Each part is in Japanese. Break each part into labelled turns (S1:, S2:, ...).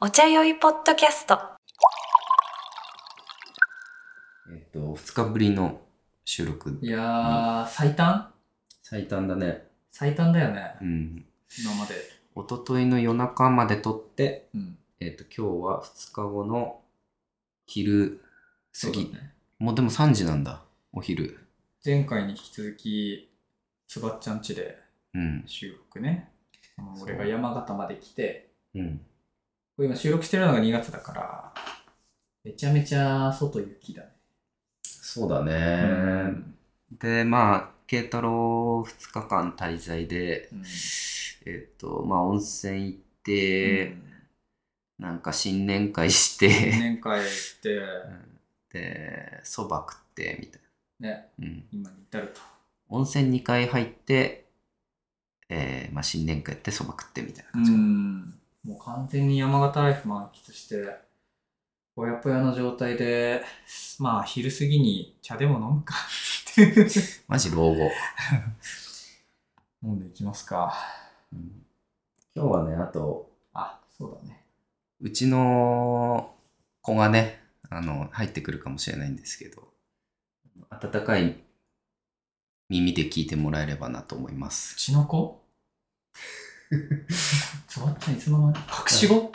S1: お茶酔いポッドキャスト。
S2: えっ、と、2日ぶりの収録
S3: いやー、最短
S2: 最短だね。
S3: 最短だよね、
S2: うん。
S3: 今まで。
S2: 一昨日の夜中まで撮って、
S3: うん。
S2: えっ、と、今日は2日後の昼過ぎ。
S3: そうだね。
S2: もうでも3時なんだ、お昼。
S3: 前回に引き続き、つばっちゃん家で
S2: うん。
S3: 収録ね。あの
S2: そう
S3: 俺が山形まで来て、
S2: うん。
S3: これ今収録してるのが2月だから、めちゃめちゃ外雪だね。
S2: そうだ
S3: う
S2: ね。で、まあ、慶太郎2日間滞在で、
S3: うん
S2: えっ、と、まあ、温泉行って、なんか新年会して、
S3: 年会って、
S2: うんで、そば食って、みたい
S3: ね、
S2: な。うん。
S3: 今に至ると。
S2: 温泉2回入って、えーまあ、新年会やってそば食ってみたいな
S3: う
S2: 感じ、
S3: ん。もう完全に山形ライフ満喫して、ぽやぽやの状態で、まあ昼過ぎに茶でも飲む かっていう。
S2: マジ老後、
S3: 飲んでいきますか。
S2: 今日はねあと
S3: あ、そうだね。
S2: うちの子がねあの入ってくるかもしれないんですけど温かい耳で聞いてもらえればなと思いま
S3: う
S2: す
S3: ちの 子つばっちゃんいつの間に隠し子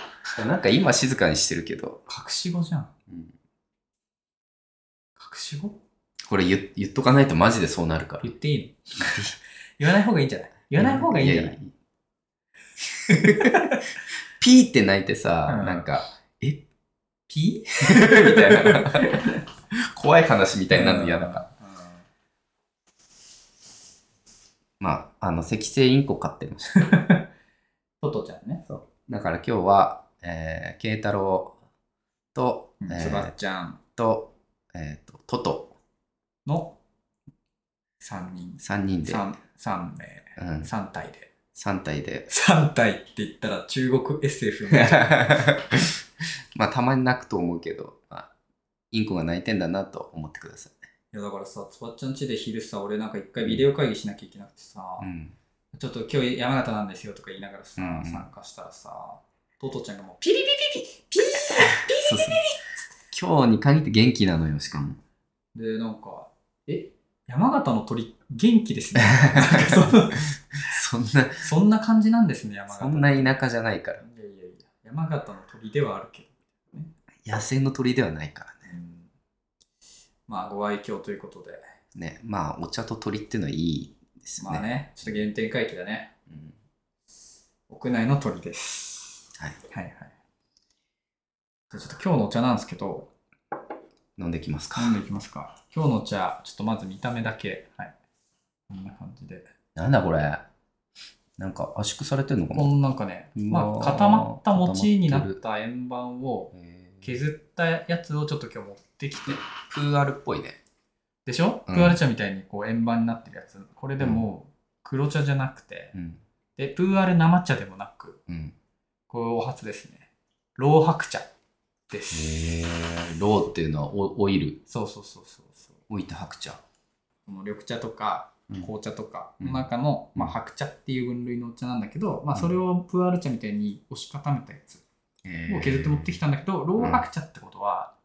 S2: なんか今静かにしてるけど、
S3: 隠し子じゃん。
S2: うん
S3: 隠し子
S2: これ言言っとかないとマジでそうなるから
S3: 言ってい いの言わない方がいいんじゃない言わない方がいいんじゃない
S2: やや ピーって泣いてさ、
S3: うん
S2: なんか
S3: ピー
S2: みたいな。 怖い話みたいになるの嫌だから。
S3: うん。
S2: まあ、あの、赤星インコ飼ってました。
S3: トトちゃんね。
S2: だから今日は、えー、慶太郎と、え
S3: つば
S2: ー
S3: っ、ちゃん
S2: と、えー、と、トト、
S3: の3人。
S2: 3人で、
S3: 3, 三名。
S2: うん、
S3: 3体で。。
S2: 3体で
S3: 3 体って言ったら中国 SF みたいな。
S2: まあ、たまに泣くと思うけど、まあ、インコが泣いてんだなと思ってください。
S3: いやだからさ、つばっちゃん家で昼さ、俺なんか一回ビデオ会議しなきゃいけなくてさ、
S2: うん。
S3: ちょっと今日山形なんですよとか言いながらさ、
S2: うんうん
S3: 参加したらさ、トトちゃんがもうピリピリピリピ
S2: そうそう。今日に限って元気なのよ、しかも。
S3: リで、なんか、え山形の鳥、元気ですね。なんか
S2: そんな、
S3: そそんな感じなんですね、山形。
S2: そんな田舎じゃないから。
S3: いやいやいや、山形の鳥ではあるけど。
S2: 野生の鳥ではないからね。
S3: うんまあ、ご愛嬌ということで、
S2: ね、まあ、お茶と鳥っていうのはいいですよね。
S3: まあね、ちょっと原点回帰だね。
S2: うん
S3: 屋内の鳥です。
S2: はい。
S3: はいはい。じゃあちょっと今日のお茶なんですけど、
S2: 飲んできますか。
S3: 飲んでいきま すか。今日のお茶、ちょっとまず見た目だけ。はい。こんな感じで。
S2: なんだこれ。なんか圧縮されてんのかな
S3: このなんかね、
S2: うわー
S3: まあ、固まった餅になった円盤を削ったやつをちょっと今日持ってきて。
S2: プーアルっぽいね。
S3: でしょ、
S2: うん
S3: プーアル茶みたいにこう円盤になってるやつ。これでも黒茶じゃなくて、
S2: うん。
S3: で、プーアル生茶でもなく、
S2: うん。
S3: これお初ですね。老白茶で
S2: へ
S3: す。
S2: え。ローっていうのはオオイル。
S3: そうそうそうそうそう。
S2: 置いて白茶。
S3: この緑茶とか
S2: うん
S3: 紅茶とか
S2: うん
S3: の中の、
S2: うん
S3: まあ、白茶っていう分類のお茶なんだけど、まあ、
S2: うん
S3: それをプーアル茶みたいに押し固めたやつを削って持ってきたんだけど、老白茶ってことは、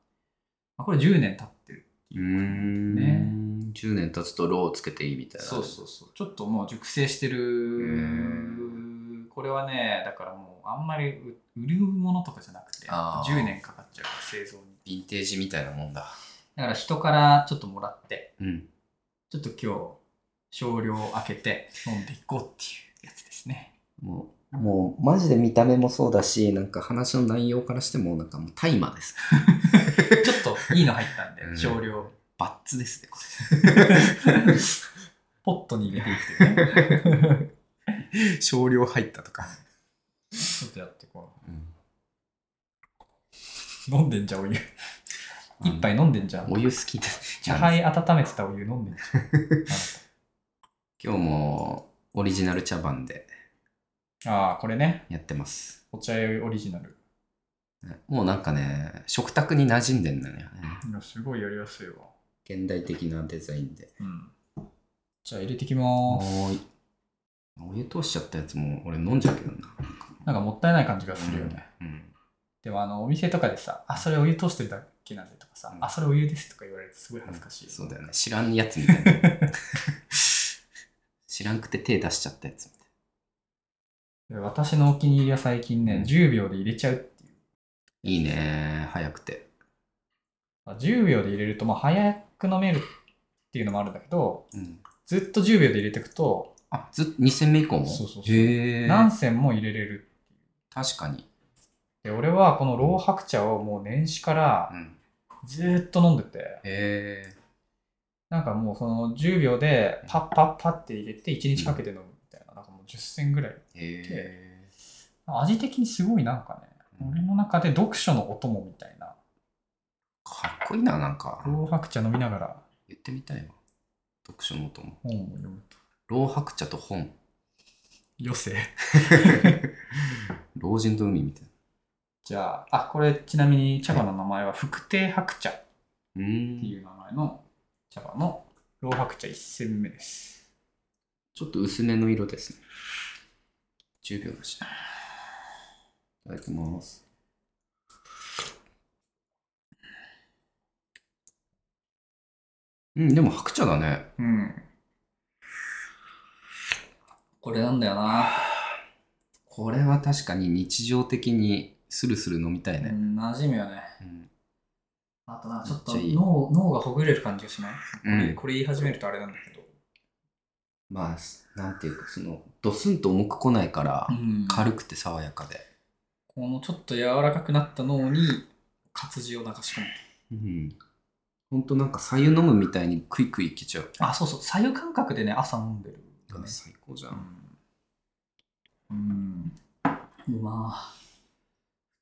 S3: まあ、これ10年経ってるって
S2: うー
S3: いう
S2: ん。
S3: こね
S2: 10年経つとローをつけていいみた
S3: と
S2: いな。
S3: そうそうそうちょっともう熟成してるこれはねだからもうあんまり売売るものとかじゃなくて
S2: あー
S3: 10年かかっちゃうから製造に
S2: ヴィンテージみたいなもんだ。
S3: だから人からちょっともらって
S2: うん。
S3: ちょっと今日少量開けて飲んでいこうっていうやつですね
S2: もう、もうマジで見た目もそうだし、なんか話の内容からしても、なんかもうタイマーです。
S3: ちょっといいの入ったんで、
S2: うん
S3: 少量。
S2: バッツですね、こ
S3: ポットに入れていくっていうね。
S2: れ。 少量入ったとか。
S3: ちょっとやってこう。飲んでんじゃん、お湯。一杯飲んでんじゃん。
S2: お湯好きで。
S3: 茶杯温めてたお湯飲んでんじゃん。
S2: 今日もオリジナル茶番で
S3: ああ、これね。
S2: やってます。
S3: お茶屋オリジナル。
S2: もうなんかね、食卓に馴染んでんだよね。
S3: いやすごいやりやすいわ。
S2: 現代的なデザインで。
S3: うん。じゃあ入れてきま
S2: お
S3: ーす。
S2: ーい。お湯通しちゃったやつも俺飲んじゃうけどな。
S3: なんかもったいない感じがするよね。
S2: うん。
S3: でもあのお店とかでさ「あそれお湯通してるだけなんで」とかさ「
S2: うん
S3: あそれお湯です」とか言われるとすごい恥ずかしい、
S2: そうだよね。知らんやつみたいな。 知らんくて手出しちゃったやつみたい
S3: で私のお気に入りは最近ね、
S2: うん
S3: 10秒で入れちゃうっていう
S2: な。いいね。早くて。
S3: まあ10秒で入れるとまあ早く飲めるっていうのもあるんだけど
S2: うん。
S3: ずっと10秒で入れていくと
S2: あ、ずっ2戦目以降も
S3: そうそうそう
S2: へえ。
S3: 何銭も入れれる
S2: 確かに。
S3: で俺はこの老白茶をもう年始から
S2: うん。
S3: ずーっと飲んでて
S2: へえ。
S3: なんかもうその10秒でパッパッパッって入れて1日かけて飲むみたいななんかもう10銭ぐらい
S2: へえ。
S3: 味的にすごいなんかね俺の中で読書のお供みたいな
S2: かっこいいな、なんか。
S3: 老白茶飲みながら
S2: 言ってみたいわ。読書の音も。
S3: 本を読むと
S2: 老白茶と本。
S3: 余生
S2: 老人と海みたい
S3: じゃああこれちなみに茶葉の名前は福亭白茶って
S2: な。うーん。
S3: いう名前の茶葉の老白茶1煎目です
S2: ちょっと薄めの色ですね。10秒だし。いただきます。うん、でも白茶だね。
S3: うんこれなんだよな
S2: これは確かに日常的にスルスル飲みたいね。
S3: うん、馴染むよね。
S2: うん。
S3: あとな、ちょっと
S2: めっちゃいい
S3: 脳脳がほぐれる感じがしない、
S2: うん
S3: これ言い始めるとあれなんだけど。
S2: まあ、すなんていうか、その、ドスンと重くこないから、
S3: ん
S2: 軽くて爽やかで。
S3: このちょっと柔らかくなった脳に活字を流し込む。
S2: うん。ほんとなんか、左右飲むみたいにクイクイいけちゃう。
S3: あ、そうそう、左右感覚でね、朝飲んでる、ね。
S2: 最高じゃ。
S3: うんん。うん。うまあ。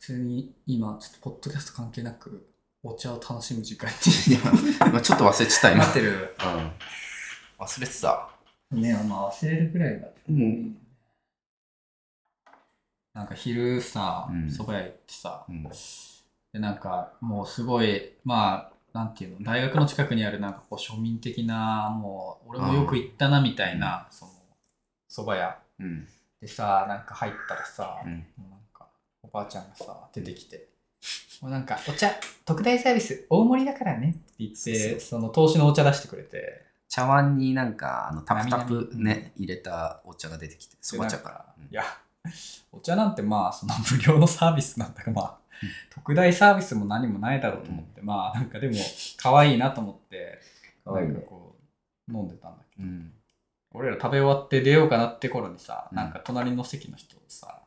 S3: 普通に今、ちょっとポッドキャスト関係なく、お茶を楽しむ時間
S2: い
S3: に
S2: や、まあ、ちょっと忘れてた、 今
S3: なっ。てる。
S2: うん。忘れてた。
S3: ねまあ忘れるくらいだ
S2: うん。
S3: なんか昼さ
S2: うん、
S3: そば屋行ってさ、
S2: うん
S3: でなんかもうすごいまあなんていうの大学の近くにあるなんかこう庶民的なもう俺もよく行ったなみたいなそのそば屋
S2: うん。
S3: でさなんか入ったらさ、
S2: うん。
S3: もうなんかおばあちゃんがさ出てきて「もうなんかお茶特大サービス大盛りだからね」って言って
S2: そうそう
S3: その投資のお茶出してくれて
S2: 茶碗になんか、あの、タプタプ
S3: なみなみ
S2: ね、入れたお茶が出てきて、そば茶から。うん
S3: いや、お茶なんてまあ、その無料のサービスなんだが、まあ
S2: うん、
S3: 特大サービスも何もないだろうと思って、まあ、なんかでも、可愛いなと思って、
S2: 可愛いね
S3: なんかこう、飲んでたんだけ
S2: う
S3: ど、
S2: ん。
S3: 俺ら食べ終わって出ようかなって頃にさ、
S2: うん
S3: なんか隣の席の人さ、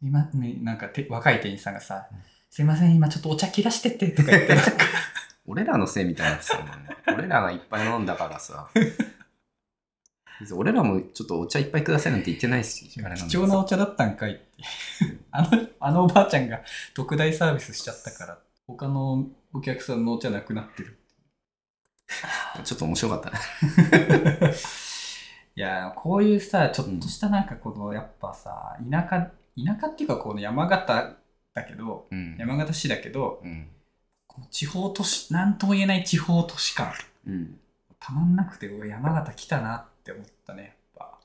S3: 今、ね、なんかて若い店員さんがさ、
S2: うん
S3: すいません、今ちょっとお茶切らしてってとか言 って、なんか
S2: 俺らのせいみたいになってたもん ね。俺らがいっぱい飲んだからさ。別に俺らもちょっとお茶いっぱいくださいなんて言ってないし、あれんだけど
S3: 貴重なお茶だったんかいって。あの、あのおばあちゃんが特大サービスしちゃったから、他のお客さんのお茶なくなってる。
S2: ちょっと面白かったね。
S3: いやーこういうさちょっとしたなんかこのやっぱさ田舎田舎っていうかこの山形だけど
S2: うん
S3: 山形市だけど
S2: うん。
S3: この地方都市何とも言えない地方都市感
S2: うん。
S3: たまんなくてうわ山形来たなって思ったねやっぱ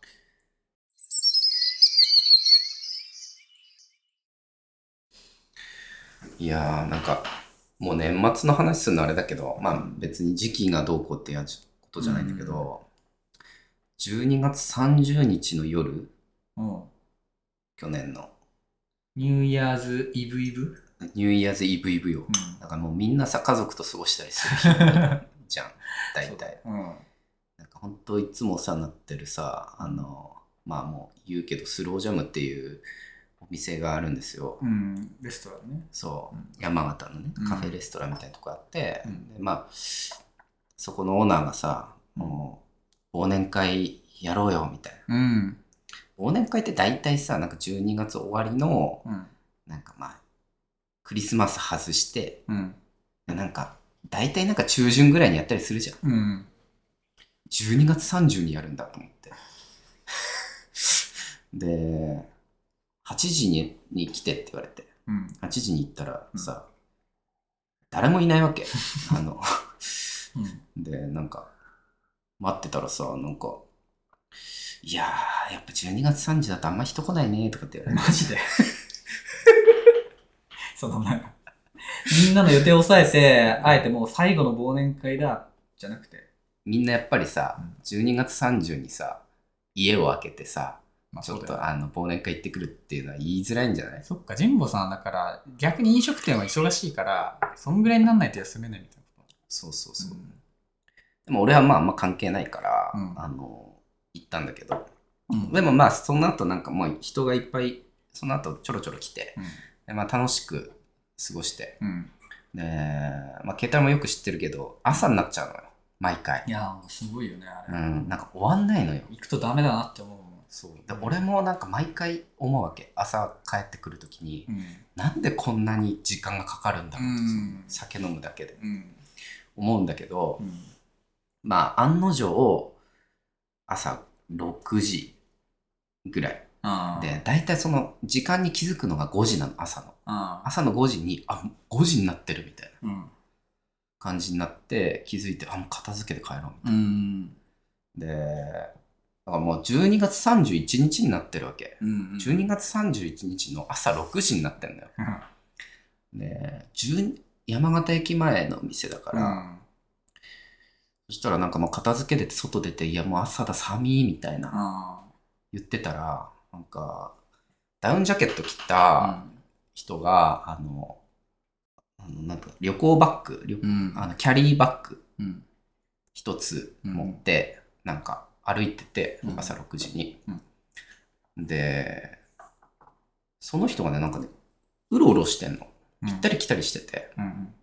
S2: いやー、なんか、もう年末の話するのあれだけど、まあ別に時期がどうこうってやつことじゃないんだけど、12月30日の夜、
S3: うん
S2: 去年の、
S3: ニューイヤーズイブイブ、
S2: ニューイヤーズイブイブよ。
S3: う
S2: だからもうみんなさ、家族と過ごしたりする
S3: ん、
S2: じゃん、大体。
S3: うん
S2: なんか本当いつもお世話になってるさ、あの、まあもう言うけど、スロージャムっていうお店があるんですよ。
S3: うん、レストランね
S2: そう、
S3: うん
S2: 山形のね
S3: うん
S2: カフェレストランみたいなとこあって、
S3: うん
S2: でまあそこのオーナーがさ、
S3: うん
S2: もう忘年会やろうよみたいな
S3: うん
S2: 忘年会って大体さなんか12月終わりの
S3: うん
S2: なんかまあクリスマス外して
S3: うん
S2: なんか大体なんか中旬ぐらいにやったりするじゃん
S3: うん
S2: 12月30にやるんだと思って で8時にに来てって言われて
S3: うん
S2: 8時に行ったらさ、誰もいないわけあのでなんか待ってたらさなんか「いやーやっぱ12月3時だとあんま人来ないね」とかって言われて
S3: マジで そのなんか、みんなの予定を抑えて、あえてもう最後の忘年会だ、じゃなくて。
S2: みんなやっぱりさ、12月30にさ、家を空けてさ、
S3: まあ
S2: ちょっ
S3: そうだよ
S2: とあの忘年会行ってくるっていうのは言いづらいんじゃない
S3: そっか、神保さんだから、逆に飲食店は忙しいから、そんぐらいにならないと休めないみたいなこ
S2: そうそう
S3: と。
S2: そう。でも俺はまああんま関係ないから、
S3: うん
S2: あの、行ったんだけど、
S3: うん
S2: でもまあその後なんかもう人がいっぱい、その後ちょろちょろ来て、でまあ楽しく過ごして、
S3: うん。うん。
S2: で、まあ携帯もよく知ってるけど、朝になっちゃうのよ、毎回
S3: い。やー、もうすごいよね、あ
S2: う
S3: れ。
S2: ん、なんか終わんないのよ。
S3: 行くとダメだなって思うも
S2: そうで俺もなんか毎回思うわけ朝帰ってくるときに
S3: ん。うん。
S2: なんでこんなに時間がかかるんだろうと、
S3: うん
S2: 酒飲むだけで
S3: うん。
S2: 思うんだけど、
S3: うん。
S2: まあ案の定朝6時ぐらい
S3: ああ。
S2: で大体その時間に気づくのが5時なの朝の
S3: ああ。
S2: 朝の5時にあ5時になってるみたいな
S3: うん。
S2: 感じになって気づいてあもう片付けて帰ろうみた
S3: う
S2: いな、
S3: ん。
S2: でだからもう12月31日になってるわけ
S3: うん。
S2: 12月31日の朝6時になってんだよ
S3: うん
S2: で10山形駅前のお店だから、そしたらなんかもう片付けて外出て「いやもう朝だ寒い」みたいな
S3: あ
S2: 言ってたらなんかダウンジャケット着
S3: あ
S2: た人が、あのあのなんか旅行バッグ旅
S3: うん
S2: あのキャリーバッグ
S3: うん
S2: 一つ持って、なんか歩いてて
S3: うん
S2: 朝6時に、
S3: うん
S2: でその人がねなんかねうろうろしてんの
S3: ぴ
S2: 行ったり来たりしてて、
S3: うん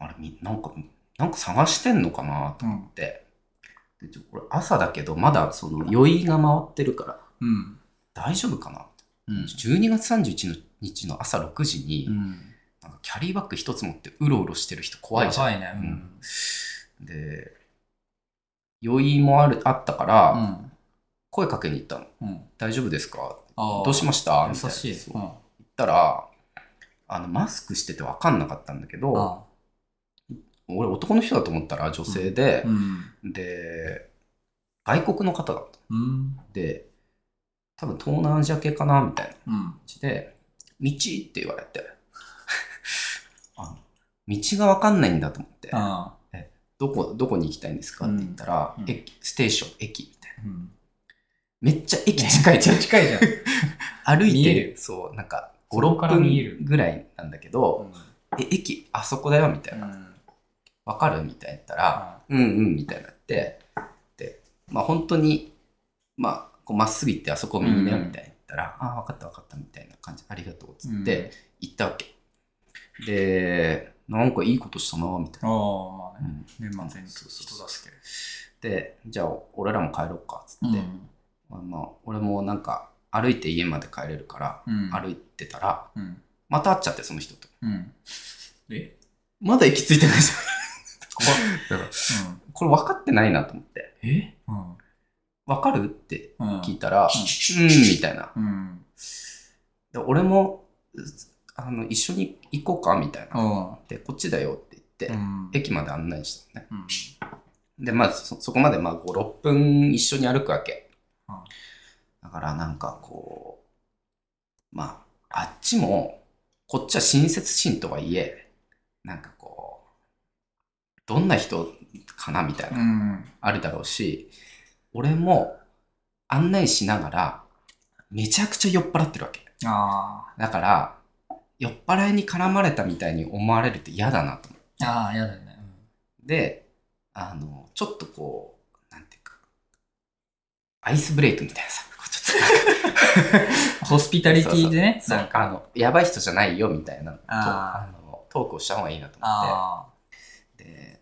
S2: あれ、みなんか、なんか探してんのかなと
S3: う
S2: 思
S3: ん
S2: って。で、ちょ、これ朝だけど、まだその酔いが回ってるから、
S3: うん
S2: 大丈夫かな
S3: うん
S2: 12月31日の朝6時に、
S3: うん
S2: なんかキャリーバッグ一つ持ってうろうろしてる人怖いじゃん。
S3: やばいねうん
S2: うんで、酔いもあるあったから、
S3: うん
S2: 声かけに行ったの。
S3: うん
S2: 大丈夫ですか
S3: ああ
S2: どうしました
S3: 優
S2: みたいな。
S3: しい
S2: そう
S3: うん
S2: 行ったら、あの、マスクしてて分かんなかったんだけど、
S3: あ
S2: 俺男の人だと思ったら女性で、
S3: うん
S2: で外国の方だった
S3: うん
S2: で多分東南アジア系かなみたいな感
S3: うん
S2: じで「道」って言われて あの道が分かんないんだと思って
S3: あ
S2: 「どこどこに行きたいんですか?」って言ったら、
S3: うんうん
S2: 駅ステーション駅みたいな
S3: あうん
S2: めっちゃ駅近いじゃ ん
S3: 近いじゃん
S2: 歩い
S3: 見え
S2: てそうなんか
S3: そこから見え
S2: 56
S3: る
S2: 分ぐらいなんだけど「え駅あそこだよ」みたいな
S3: うん
S2: 「分かる?」みたいな言ったら「うんうんみたいになってでまあ本当にまあこうまっすぐ行ってあそこ右だよみたいに言ったら「ああ分かった分かった」みたいな感じ「ありがとう」っつって行ったわけ、でなんかいいことしたなみたい
S3: あ
S2: な、
S3: あまあ
S2: う
S3: ね
S2: ん
S3: 年末に
S2: そう
S3: 人
S2: そう
S3: 助け
S2: でじゃあ俺らも帰ろうかっつって、
S3: うん
S2: まあまあ、俺もなんか歩いて家まで帰れるから
S3: うん
S2: 歩いてたら
S3: うん
S2: また会っちゃってその人と
S3: うんえ
S2: まだ行き着いてないじ
S3: 怖っ
S2: ゃんだからこれ分かってないなと思って
S3: うんえうん
S2: 分かるって
S3: うん
S2: 聞いたら「うん」みたいな
S3: うん
S2: で俺もうあの一緒に行こうかみたいな、
S3: うん
S2: でこっちだよって言って、
S3: うん
S2: 駅まで案内したのね
S3: うん
S2: でまあそそこまでまあ56分一緒に歩くわけ、
S3: うん
S2: だからなんかこうまああっちもこっちは親切心とはいえなんかこうどんな人かなみたいうな、
S3: ん
S2: あるだろうし俺も案内しながらめちゃくちゃ酔っ払ってるわけ
S3: あ
S2: だから、酔っ払いに絡まれたみたいに思われるって嫌だなと思っ
S3: あああやだね
S2: て。で、あの、ちょっとこう、なんていうか、アイスブレイクみたいなさ、こうちょっとなんか
S3: ホスピタリティでね
S2: そう
S3: なんか
S2: あの、やばい人じゃないよみたいなと
S3: あ
S2: あのトークをした方がいいなと思
S3: ああ
S2: って。で、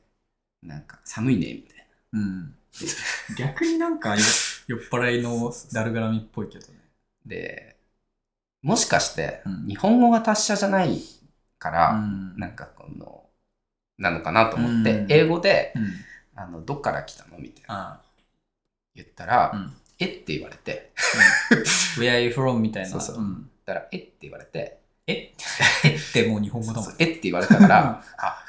S2: なんか、寒いね、みたい
S3: うん逆になんかよ酔っ払いのだるがらみっぽいけどね
S2: な。で、もしかして
S3: うん、
S2: 日本語が達者じゃないから、
S3: ん
S2: なんかこの、なのかなと思って、
S3: うん
S2: 英語で、
S3: うん
S2: あの、どっから来たのみたいな
S3: あ
S2: 言ったら、
S3: あうん
S2: えって言われて、
S3: Where are you from? みたいな
S2: そうそうんだから、えって言われて、
S3: えってもう日本語だもん
S2: えって言われたから、 あ、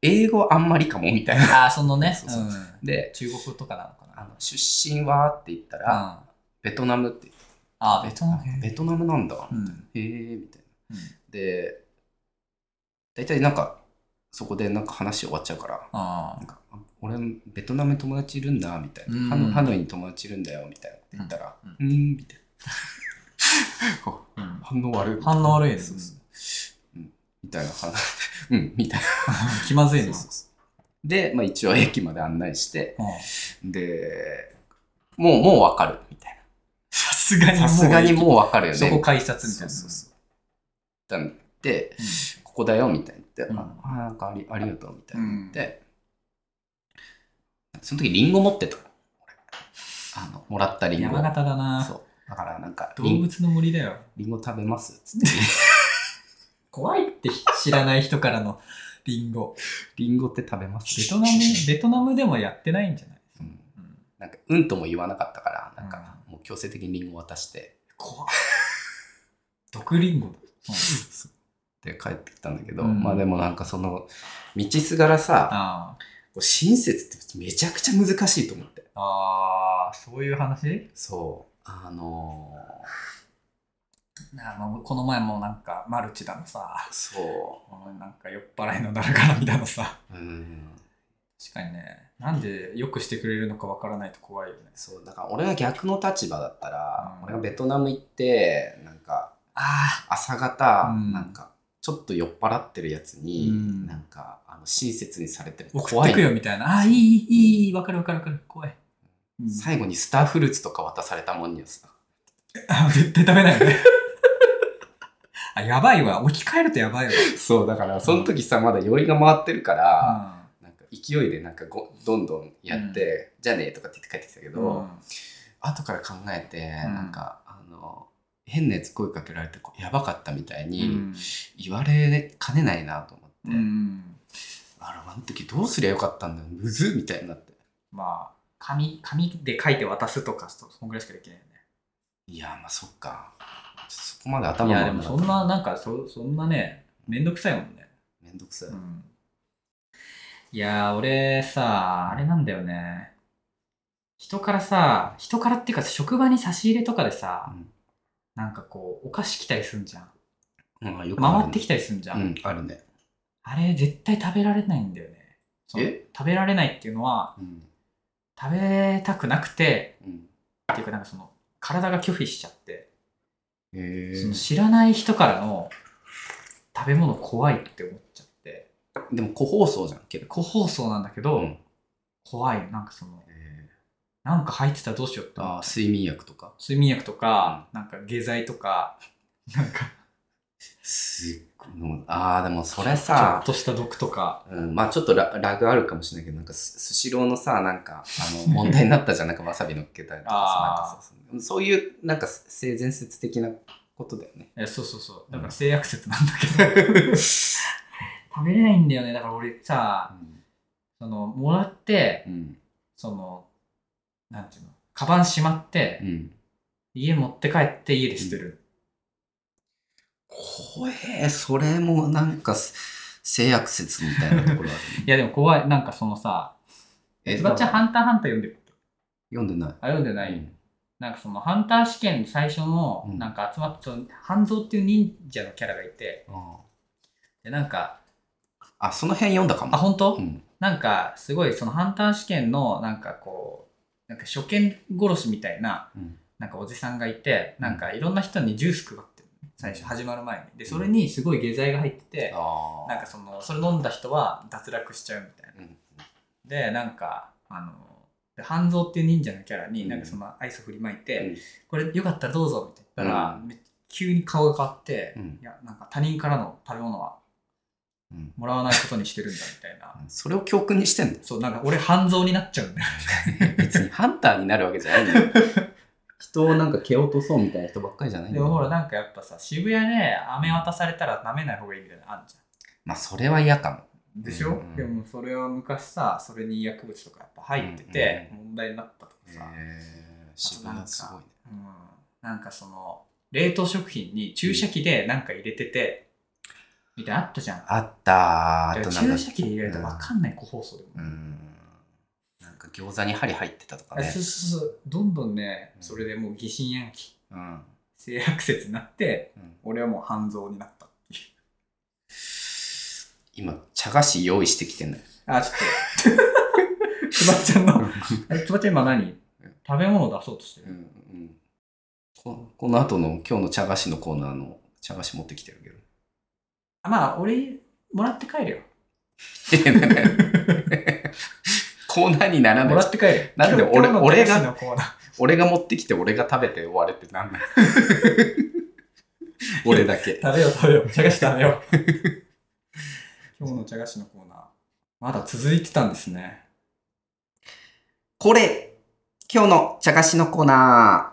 S2: 英語あんまりかも、みたいな。
S3: ああそのね
S2: そうそう
S3: うん
S2: で、
S3: 中国語とかなのか
S2: あ
S3: な
S2: の出身はって言ったら、
S3: あ
S2: ベトナムって言って
S3: あベトナム
S2: ベトナムなんだ。
S3: うん
S2: へえ、みたいな
S3: うん。
S2: で、大体なんか、そこでなんか話終わっちゃうから、
S3: あ
S2: なんか、あ俺、ベトナムに友達いるんだ、みたいな。
S3: うん
S2: ハノハノイに友達いるんだよ、みたいなって言ったら、
S3: う
S2: うんーん、みたいな。
S3: あ。うん。
S2: 反応悪い。
S3: 反応悪いです
S2: そうそううんみたいな話。うん、みたいな。
S3: 気まずい
S2: そう
S3: な。
S2: そうそうで、まあ一応駅まで案内して、
S3: うん
S2: で、もう、もうわかる、みたい
S3: さすが
S2: な。
S3: に もう
S2: さすがにもうわかるよね。
S3: そこ改札みた
S2: そう
S3: いな。
S2: そうそう。だって、
S3: うん
S2: ここだよ、みたいな言って、
S3: うん
S2: ああ、なんかありありがとう、みたいな言って、その時リンゴ持ってたの俺あの、もらったリンゴ。
S3: 山形だな
S2: そう。だからなんか、リ
S3: 動
S2: ン
S3: 物の森だよ。
S2: リンゴ食べますっつ って。
S3: 怖いって知らない人からのリンゴ。
S2: リンゴって食べます
S3: ベ トナム、ベトナムでもやってないんじゃない
S2: うん
S3: うん
S2: なんか、うんとも言わなかったから、なんか、もう強制的にリンゴ渡して、
S3: 怖っ。毒リンゴだ。
S2: で、帰ってきたんだけど、
S3: うん
S2: まあでもなんかその、道すがらさ、
S3: あ
S2: こう親切ってめちゃくちゃ難しいと思って。
S3: あ。ああ、そういう話
S2: そう。あの
S3: なあまあこの前もなんかマルチだのさ
S2: ー、、そう。
S3: なんか酔っ払いのだらからみだのさ。
S2: うん
S3: 確かにね、なんでよくしてくれるのかわからないと怖いよね。
S2: そうだから俺が逆の立場だったら、
S3: うん
S2: 俺がベトナム行ってなんか
S3: あ
S2: 朝方、
S3: うん
S2: なんかちょっと酔っ払ってるやつに、
S3: うん
S2: なんかあの親切にされてる
S3: あ、送ってくよみたいな。ああ、いい、いい、いい、わかるわかるわかる、怖い。うん
S2: 最後にスターフルーツとか渡されたもんにはさ
S3: あ絶対食べないよね。 あ、やばいわ。置き換えるとやばいわ。
S2: そうだからその時さまだ酔いが回ってるから、
S3: あ
S2: なんか勢いでなんかごどんどんやって、じゃあねとかって言って帰ってきたけど、後から考えて、
S3: うん
S2: なんかあの変なやつ声かけられてこうやばかったみたいに、
S3: うん
S2: 言われかねないなと思って、
S3: うん
S2: あらあの時どうすりゃよかったんだよむずっみたいになって
S3: まあ、紙、紙で書いて渡すとか、そそんぐらいしかできないよね。
S2: いやまあそっかそこまで
S3: い
S2: 頭
S3: や、
S2: 回
S3: で
S2: んな
S3: も
S2: か
S3: そ
S2: った
S3: んな、なんかそ、そんなね、めんどくさいもんね。
S2: めんどくさい、
S3: うんいやー、俺さ、あれなんだよね。人からさ、人からっていうか職場に差し入れとかでさ、
S2: うん
S3: なんかこう、お菓子来たりすんじゃん。
S2: うんあよあるね
S3: 回ってきたりすんじゃん。
S2: うんあるね、
S3: あれ、絶対食べられないんだよね。その
S2: え
S3: 食べられないっていうのは、
S2: うん
S3: 食べたくなくて、
S2: うん、
S3: っていうかなんかその、体が拒否しちゃって、
S2: へ
S3: その知らない人からの食べ物怖いって思っちゃって、
S2: でも個包装じゃんけど
S3: 個包装なんだけど、怖い。なんかその、なんか入ってたらどうしようって思う
S2: あー睡眠薬とか
S3: 睡眠薬とか、なんか下剤とか、なんか、
S2: すっごい飲むあーでもそれ
S3: ちょっ
S2: さ、
S3: とした毒とか、
S2: うん、まあちょっとララグあるかもしれないけどなんかススシローのさなんかあの 問題になったじゃんなんかわさびのっけたりとか
S3: あー
S2: さなんかそうそういうなんか性善説的なことだよね
S3: えそうそうそう、だから性悪説なんだけど、食べれないんだよね。だから俺さ、その、もらって、
S2: うん
S3: その、なんていうの、カバンしまって、
S2: うん
S3: 家持って帰って家で捨てる。
S2: 怖えそれもなんかす性悪説みたいなところある、 ね、
S3: いやでも怖い、なんかそのさ、
S2: え
S3: つばっちゃんハンターハンター読んでる
S2: 読んでない
S3: あ、読んでない、
S2: うん
S3: なんかそのハンター試験最初の
S2: う、ん
S3: なんか集まって、その半蔵っていう忍者のキャラがいて、
S2: あ
S3: で、なんか、
S2: ーあその辺読んだかも
S3: あ、本当、
S2: うん
S3: なんかすごいそのハンター試験のなんかこうなんか初見殺しみたいな
S2: うん
S3: なんかおじさんがいてなんかいろんな人にジュース配ってるの最初始まる前にでそれにすごい下剤が入ってて
S2: あ
S3: なんかそのそれ飲んだ人は脱落しちゃうみたいな
S2: ーうん
S3: でなんかあので半蔵っていう忍者のキャラ
S2: う
S3: に
S2: ん
S3: なんかそのアイス振りまいて、
S2: うん
S3: これよかったらどうぞみたいな言ったら、
S2: う
S3: め急に顔が変わって、
S2: うん
S3: いやなんか他人からの食べ物は
S2: うん
S3: もらわないことにしてるんだみたいな
S2: それを教訓にしてんの
S3: そうなんか俺半蔵になっちゃうんだよ
S2: 別にハンターになるわけじゃないんだ よ人をなんか蹴落とそうみたいな人ばっかりじゃないん
S3: で
S2: だよ
S3: もほらなんかやっぱさ渋谷で飴渡されたら舐めない方がいいみたいなのあるじ
S2: まあそれは嫌かも
S3: ゃんでしょ、
S2: うん
S3: でもそれは昔さそれに薬物とかやっぱ入ってて
S2: うん
S3: 問題になったとかさ、
S2: え
S3: 渋谷すご
S2: いね。
S3: うんなんかその冷凍食品に注射器でなんか入れてて、みたいなのあったじゃん
S2: あったー。あ
S3: で
S2: となんか
S3: 注射器で入れると分かんない個包装でも、
S2: うん。なんか餃子に針入ってたとか
S3: あ
S2: ね
S3: そう。そうそうどんどんね
S2: うん
S3: それでもう疑心暗鬼
S2: うん。
S3: 性悪説になって
S2: うん
S3: 俺はもう半蔵になったっていう
S2: 今、茶菓子用意してきてん だよ。
S3: あ、ちょっと。 つばちゃんの。え、つばちゃん今何食べ物を出そうとして
S2: うん
S3: る。
S2: うん、ここの後の今日の茶菓子のコーナーの茶菓子持ってきてる けど。
S3: あまあ、俺、もらって帰るよ。
S2: いやいやいやコーナーになら
S3: も
S2: な
S3: ら
S2: い
S3: っ。て帰るよ。
S2: なんで俺
S3: 今日の
S2: 俺が
S3: 今日のコーナー
S2: 俺が持ってきて俺が食べて終われってなんない 俺だけ。
S3: 食べよう食 べよう。茶菓子食べよう。 今日の茶菓子のコーナー。まだ続いてたんですね。
S2: これ今日の茶菓子のコーナ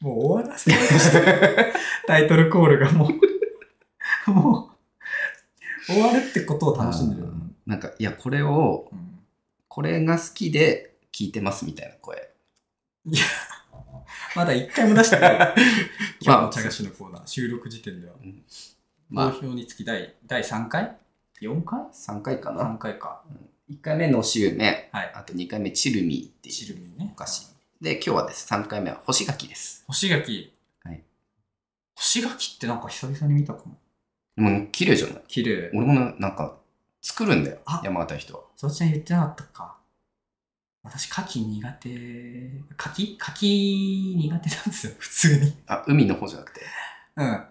S3: もう終わらせようと してるタイトルコールがも う、もう、終わるってことを楽しんでる。
S2: うんー。なんか、いや、これを、
S3: うん
S2: これが好きで聞いてますみたいな声。
S3: まだ一回も出して ない。今日
S2: ま
S3: の
S2: あ
S3: 茶菓子のコーナー、収録時点では。
S2: ま
S3: 好
S2: あ、
S3: 評につき第第3回 ?4 回
S2: 3回かな。
S3: ?3 回か。
S2: 1回目のシューメ、
S3: はい。
S2: あと2回目チルミーって
S3: チ
S2: い
S3: ルミね。
S2: お菓子。う。で、今日はです、3回目は干し柿です。
S3: 干し柿。
S2: はい。
S3: 干し柿ってなんか久々に見たかも。
S2: でも綺麗じゃない
S3: 綺麗。
S2: 俺もななんか、作るんだよ
S3: あ、
S2: 山形の人は。
S3: そっちゃん言ってなかったか。私、柿苦手。柿柿苦手なんですよ、普通に。
S2: あ、海の方じゃなくて、
S3: うん。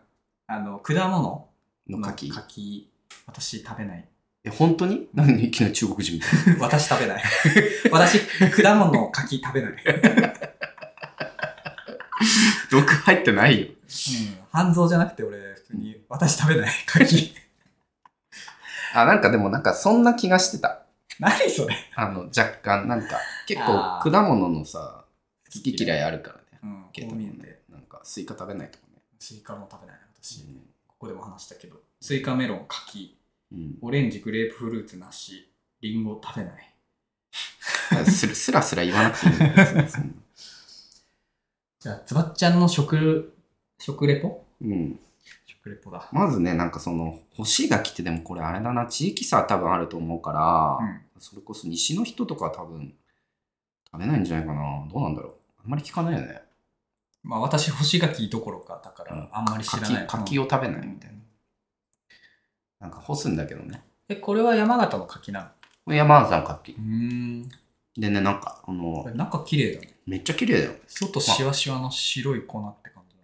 S3: あの、果物
S2: の柿。
S3: 柿。私食べない。
S2: え、本当に 何いきなり中国人みたいな。
S3: 私食べない。 私、果物、柿食べ ない。うん。
S2: 毒入ってないよ。
S3: 半蔵じゃなくて俺、普通に、私食べない。 柿。
S2: あ、なんかでもなんかそんな気がしてた。
S3: 何それ。
S2: あの、若干なんか、結
S3: あ
S2: 構
S3: ー
S2: 果物のさ、好き嫌いあるからね。
S3: うん、こ
S2: けど
S3: う見えて
S2: ね。、なんかスイカ食べないとかね。
S3: スイカも食べない。私、ここでも話したけど。スイカ、メロン、柿。
S2: うん。
S3: オレンジ、グレープフルーツ、梨。リンゴ食べない。
S2: すらすらすら言わなくていいんだよ別にそん
S3: じゃあ、つばっちゃんの食、食レポ
S2: なうん。
S3: 食レポだ。
S2: まずね、なんかその、干し柿ってでもこれあれだな、地域差は多分あると思うから、
S3: うん。
S2: それこそ西の人とかは多分食べないんじゃないかな。どうなんだろう。あんまり聞かないよね。
S3: まあ私、干し柿どころか、だから、あんまり知らない。
S2: 柿柿を食べない
S3: うん
S2: みたいな。なんか干すんだけどね。
S3: え、これは山形の柿なの
S2: これ山田さん柿
S3: う。ーん。
S2: でね、なんか、あ
S3: こ
S2: の
S3: れ、中綺麗だね。
S2: めっちゃ綺麗だよ。
S3: 外シワシワの白い粉って感じ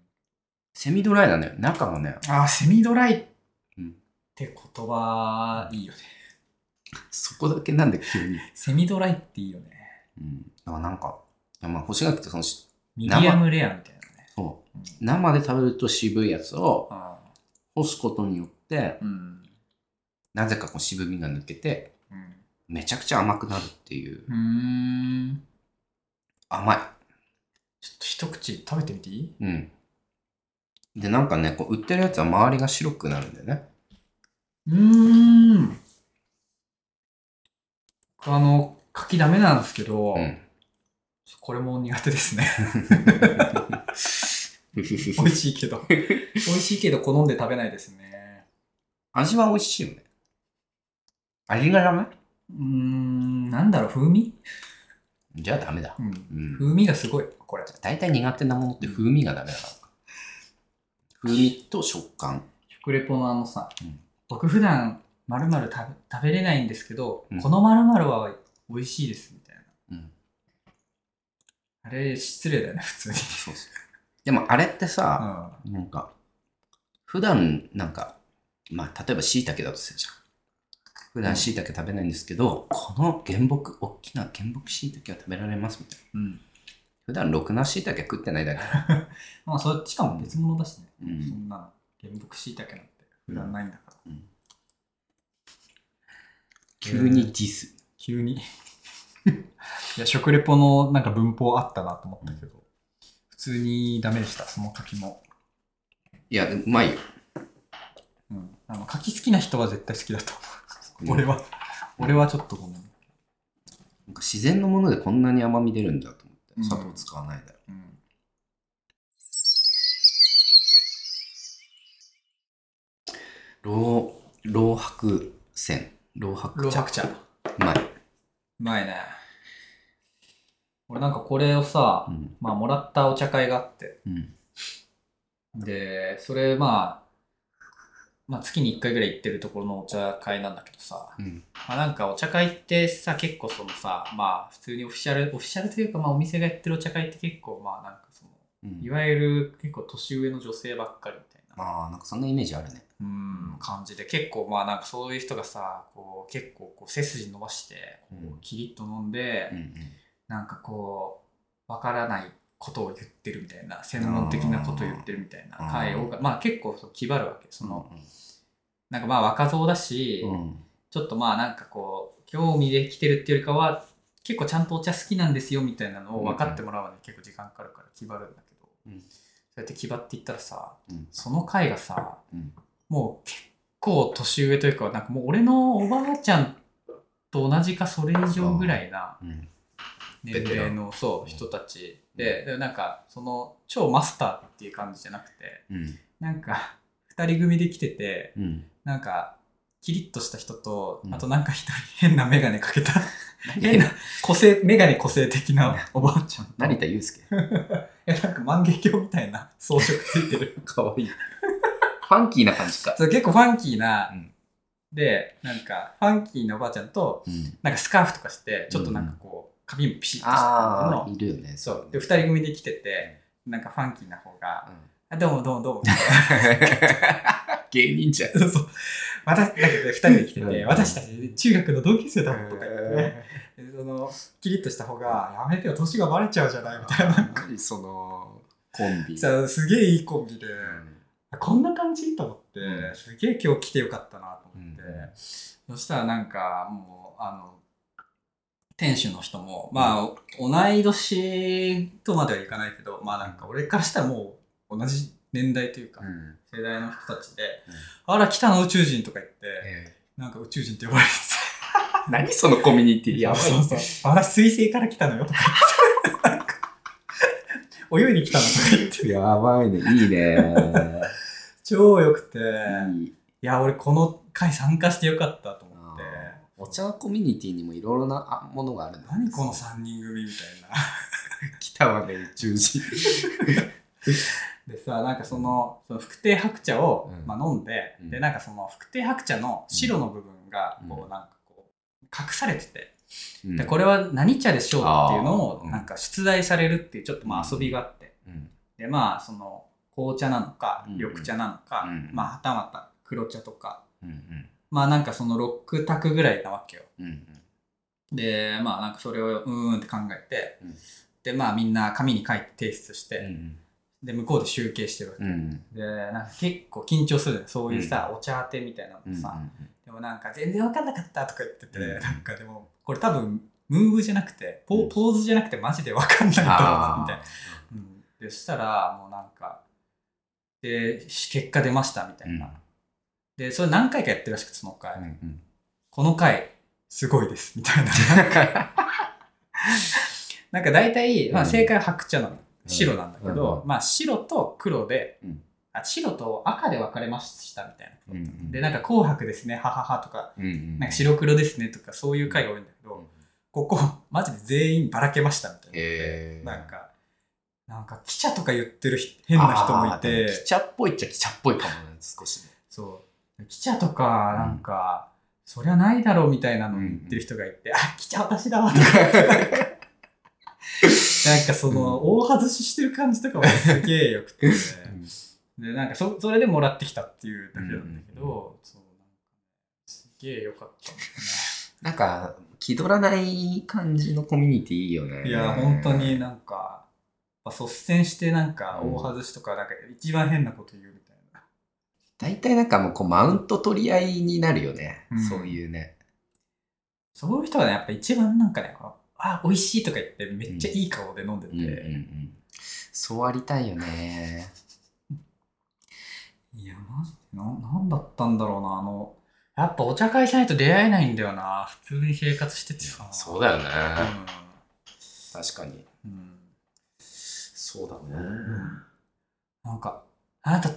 S2: セミドライなんだよ。中がね、
S3: だね。あー、セミドライって
S2: うん
S3: 言葉、いいよね。
S2: そこだけなんで急に。
S3: セミドライっていいよね。
S2: うん。だからなんか、いやまあ、干し柿ってそのし、
S3: ミディアムレアみたいなね。。
S2: そううん生で食べると渋いやつを
S3: あ
S2: 干すことによって
S3: ー、うん。
S2: なぜかこう渋みが抜けて、
S3: うん。
S2: めちゃくちゃ甘くなるっていう。
S3: うーん。
S2: 甘い。
S3: ちょっと一口食べてみていい
S2: うん。で、なんかね、こう売ってるやつは周りが白くなるんだよね。
S3: うーん。僕あの、柿ダメなんですけど、
S2: うん。
S3: これも苦手ですね。
S2: ふふふ
S3: 美味しいけど。 美味しいけど好んで食べないですね。
S2: 味は美味しいよね。味がダメ
S3: うーん、なんだろう、風味、
S2: じゃあダメだ。
S3: うん、
S2: うん。
S3: 風味がすごい、これ。
S2: 大体苦手なものって風味がダメだからか風味と食感
S3: 食レポのあのさ、
S2: うん
S3: 僕普段まるまる食べ食べれないんですけど、
S2: うん
S3: このまるまるは美味しいですみたいな。
S2: うん
S3: あれ、失礼だよね、普通に。
S2: そうそうでもあれって
S3: う
S2: さ、
S3: ん。
S2: なんか普段なんかまあ例えばしいたけだとするじゃん普段しいたけ食べないんですけど、この原木大きな原木しいたけは食べられますみたいな
S3: うん。
S2: 普段ろくなしいたけ食ってないだけ、
S3: まあ、それ、しかも別物だしね。
S2: う
S3: そ
S2: ん、
S3: んなの、原木しいたけなんて普段ないんだから。
S2: 急にディス、
S3: 急 に。いや、食レポのなんか文法あったなと思ったけど、普通にダメでした、その柿も。
S2: いやでもうまいよ
S3: うん、あの柿好きな人は絶対好きだと
S2: う
S3: 思
S2: ん
S3: う。俺は、俺はちょっとごめん。
S2: なんか自然のものでこんなに甘み出るんだと思
S3: うん
S2: って砂糖使わないだろ、
S3: うん、
S2: 老老白線老白
S3: 老
S2: 茶
S3: 白茶。う
S2: うまい、
S3: まいね。俺なんかこれをさ
S2: う、ん
S3: まあもらったお茶会があって、
S2: うん
S3: で、それまあ、まあ、月に1回ぐらい行ってるところのお茶会なんだけどさ、
S2: うん。
S3: まあ、なんかお茶会ってさ結構そのさまあ普通にオフィシャルオフィシャルというかまあお店がやってるお茶会って結構まあなんかその
S2: うん
S3: いわゆる結構年上の女性ばっかりみたいな、
S2: まあ、なんかそんなイメージあるね。
S3: うん感じで結構まあなんかそういう人がさこう結構こう背筋伸ばしてこ
S2: うん
S3: うキリッと飲んで、
S2: うんうん。
S3: なんかこうわからないことを言ってるみたいな専門的なことを言ってるみたいな
S2: あー
S3: 会をまあ結構そう気張るわけそ
S2: そ
S3: の
S2: の、
S3: なんかまあ若造だし、
S2: うん。
S3: ちょっとまあなんかこう興味で来てるっていうよりかは結構ちゃんとお茶好きなんですよみたいなのを分かってもらうのに結構時間かかるから気張るんだけど、
S2: うん
S3: そうやって気張っていったらさ
S2: うん
S3: その回がさ、
S2: うん
S3: もう結構年上というかなんかもう俺のおばあちゃんと同じかそれ以上ぐらいな
S2: うん。
S3: 年齢のそう人たちででなんかその超マスターっていう感じじゃなくて
S2: うん。
S3: なんか2人組で来てて
S2: うん。
S3: なんかキリッとした人と、
S2: うん
S3: あとなんか一人変な眼鏡かけた変な個性眼鏡個性的なおばあちゃんと
S2: 成田悠介。
S3: えなんか万華鏡みたいな装飾ついてる
S2: かわいい。ファンキーな感じか。
S3: そう結構ファンキーな、
S2: うん
S3: でなんかファンキーなおばあちゃんと
S2: うん。
S3: なんかスカーフとかしてちょっとなんかこう髪もピシッとした感
S2: ああ、
S3: じの
S2: いるよね。
S3: そうで2人組で来ててなんかファンキーな方が
S2: うん
S3: 「あどうもどうもどうも」
S2: 芸人じゃん。
S3: そうそう。私、なんか2人で来て
S2: う
S3: て、
S2: ん
S3: 私たち中学の同級生だもんとか言ってね、でその、キリッとした方が、やめてよ、年がバレちゃうじゃないみたいな。
S2: そのコン ビ。
S3: さすげえいいコンビで、
S2: うん
S3: こんな感じと思って、
S2: うん
S3: すげえ今日来てよかったなと思って、
S2: うん
S3: そしたらなんか、もう、あの、店主の人も、まあ、同い年とまではいかないけど、まあなんか、俺からしたらもう、同じ年代というか、
S2: うん
S3: 世代の人たちで、
S2: うん
S3: あら、来たの宇宙人とか言って、
S2: え
S3: なんか宇宙人って呼ばれて
S2: ー何そのコミュニティ
S3: て。 そうそう。私、水星から来たのよとか言って。なんか 泳いで来たのとか言って。
S2: やばいね。いいね。
S3: 超良くて。い
S2: いい
S3: や、俺この回参加してよかったと思って。
S2: お茶コミュニティにもいろいろなあものがあるね
S3: 何この3人組みたいな。
S2: 来たわね、宇宙人。
S3: でさ、なんかその、その福亭白茶を、
S2: うん
S3: まあ、飲んで、
S2: うん
S3: で、なんかその福亭白茶の白の部分が、こう、
S2: うん
S3: なんかこう、隠されてて。で、
S2: うん
S3: これは何茶でしょうっていうの
S2: あー
S3: を、
S2: うん
S3: なんか出題されるっていう、ちょっとまあ遊びがあって。
S2: うん
S3: でまあその紅茶なのか
S2: うんうん
S3: 緑茶なのか、
S2: うん
S3: まあはたまた黒茶とか
S2: うん
S3: まあなんかその6択ぐらいなわけよ
S2: うんうん
S3: でまあなんかそれをうーんって考えて、
S2: うん
S3: でまあみんな紙に書いて提出して、
S2: うん
S3: で向こうで集計してるわけ、
S2: うんうん
S3: でなんか結構緊張するねそういうさ、お茶当てみたいな
S2: う
S3: の
S2: ん
S3: さ、でもなんか全然分かんなかったとか言ってて、
S2: うん
S3: なんかでもこれ多分ムーブじゃなくてポーポーズじゃなくてマジで分かんないと思うなみたいな
S2: あ
S3: うん、でそしたらもうなんかでし結果出ましたみた
S2: ー
S3: いな、
S2: うん
S3: でそれ何回かやってるらしくてその回、
S2: うんうん
S3: この回すごいですみたいな なんか大体、まあ、
S2: うん
S3: 正解は白茶なの白なんだけど、
S2: う
S3: まあ白と黒で、
S2: うん
S3: あ白と赤で分かれましたみたいな、
S2: うんうん
S3: でなんか「紅白ですねははは」とか
S2: うんうん
S3: 「なんか白黒ですね」とかそういう回が多いんだけど、ここマジで全員ばらけましたみたいな、
S2: へー
S3: なんかなんか「記者」とか言ってる人変な人もい
S2: あーで
S3: て
S2: もキチャっぽいっちゃキチャっぽいかもね、少 しね。
S3: そう記者とかなんか、そりゃないだろうみたいなのを言ってる人がいて「あ記者私だわ」とか 言ってなんかなんかその大外ししてる感じとかもすげえよく て、でなんかそそれでもらってきたっていうだけなんだけど、
S2: うん
S3: そうなんかすげえよかったんだよね。
S2: なんか、気取らない感じのコミュニティいいよね。
S3: いや、本当に。なんか、やっぱ率先してなんか
S2: うん
S3: 大外しとか、なんか一番変なこと言うみたいな。
S2: 大体なんかもう、こう、マウント取り合いになるよね。
S3: うん
S2: そういうね。
S3: そういう人はね、やっぱ一番なんかね、あ、美味しいとか言ってめっちゃいい顔で飲んでて、
S2: うんうんうんそうありたいよね。
S3: いや、マジでな、なんだったんだろうな、あの、やっぱお茶会しないと出会えないんだよな、普通に生活しててさ。
S2: そうだよね。
S3: う
S2: 確かに。
S3: ん。うん。
S2: そうだ
S3: うんなんか、あなた、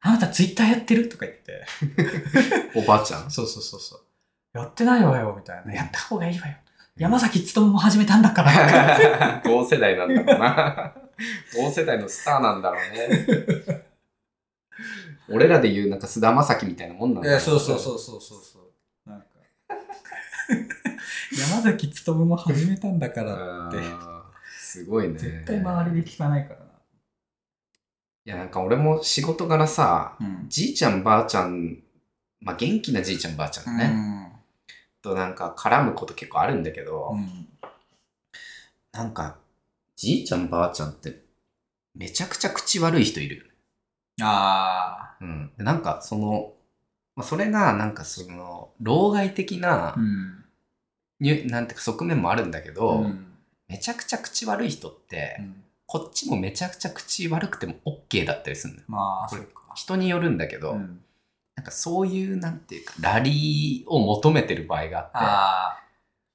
S3: あなたツイッターやってるとか言って。
S2: おばあちゃん。
S3: そうそうそうそう。やってないわよ、みたいな。やった方がいいわよ。山崎努も始めたんだ から。
S2: 同世代なんだろうな。同世代のスターなんだろうね。俺らで言うなんか菅田将暉みたいなもんなん
S3: い
S2: だ
S3: や、そうそうそうそうそうそう。なんか。山崎努も始めたんだから
S2: あ
S3: って、
S2: ーすごいね
S3: 絶対周りで聞かないからな。
S2: いやなんか俺も仕事柄さ
S3: うん。
S2: じいちゃんばあちゃんまあ元気なじいちゃんばあちゃんだね、となんか絡むこと結構あるんだけど、
S3: うん。
S2: なんかじいちゃんばあちゃんってめちゃくちゃ口悪い人いるよね、
S3: あ
S2: うん、でなんかその、まあ、それがなんかその老害的な
S3: あ。うん。
S2: にゅなんていうか側面もあるんだけ
S3: う
S2: ど、
S3: ん。
S2: めちゃくちゃ口悪い人って、
S3: うん
S2: こっちもめちゃくちゃ口悪くても OK だったりするのよ
S3: まあ、
S2: これ
S3: そうか。
S2: 人によるんだけど、
S3: うん
S2: なんかそういうなんていうかラリーを求めてる場合があって
S3: ああ。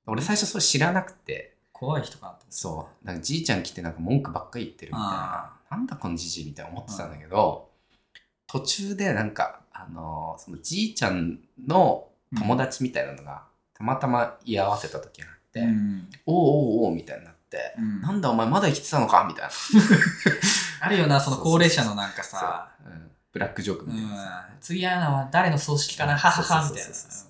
S2: 俺最初それ知らなくて
S3: 怖い人かなと
S2: そうなんかじいちゃん来てなんか文句ばっかり言ってるみたいな
S3: あ
S2: なんだこのじじいみたいな思ってたんだけど、途中でなんか、あのーそのじいちゃんの友達みたいなのがたまたま居合わせた時があって「
S3: 思って。うん。
S2: おうおうおう」みたいになって「
S3: うん
S2: なんだお前まだ生きてたのか」みたいな
S3: あるよな、その高齢者のなんかさ、
S2: そううんブラックジョーク
S3: う
S2: みたい
S3: ん
S2: なさ、
S3: 次会うのは誰の葬式かな、ははは、みたいな。
S2: そうそうそうそう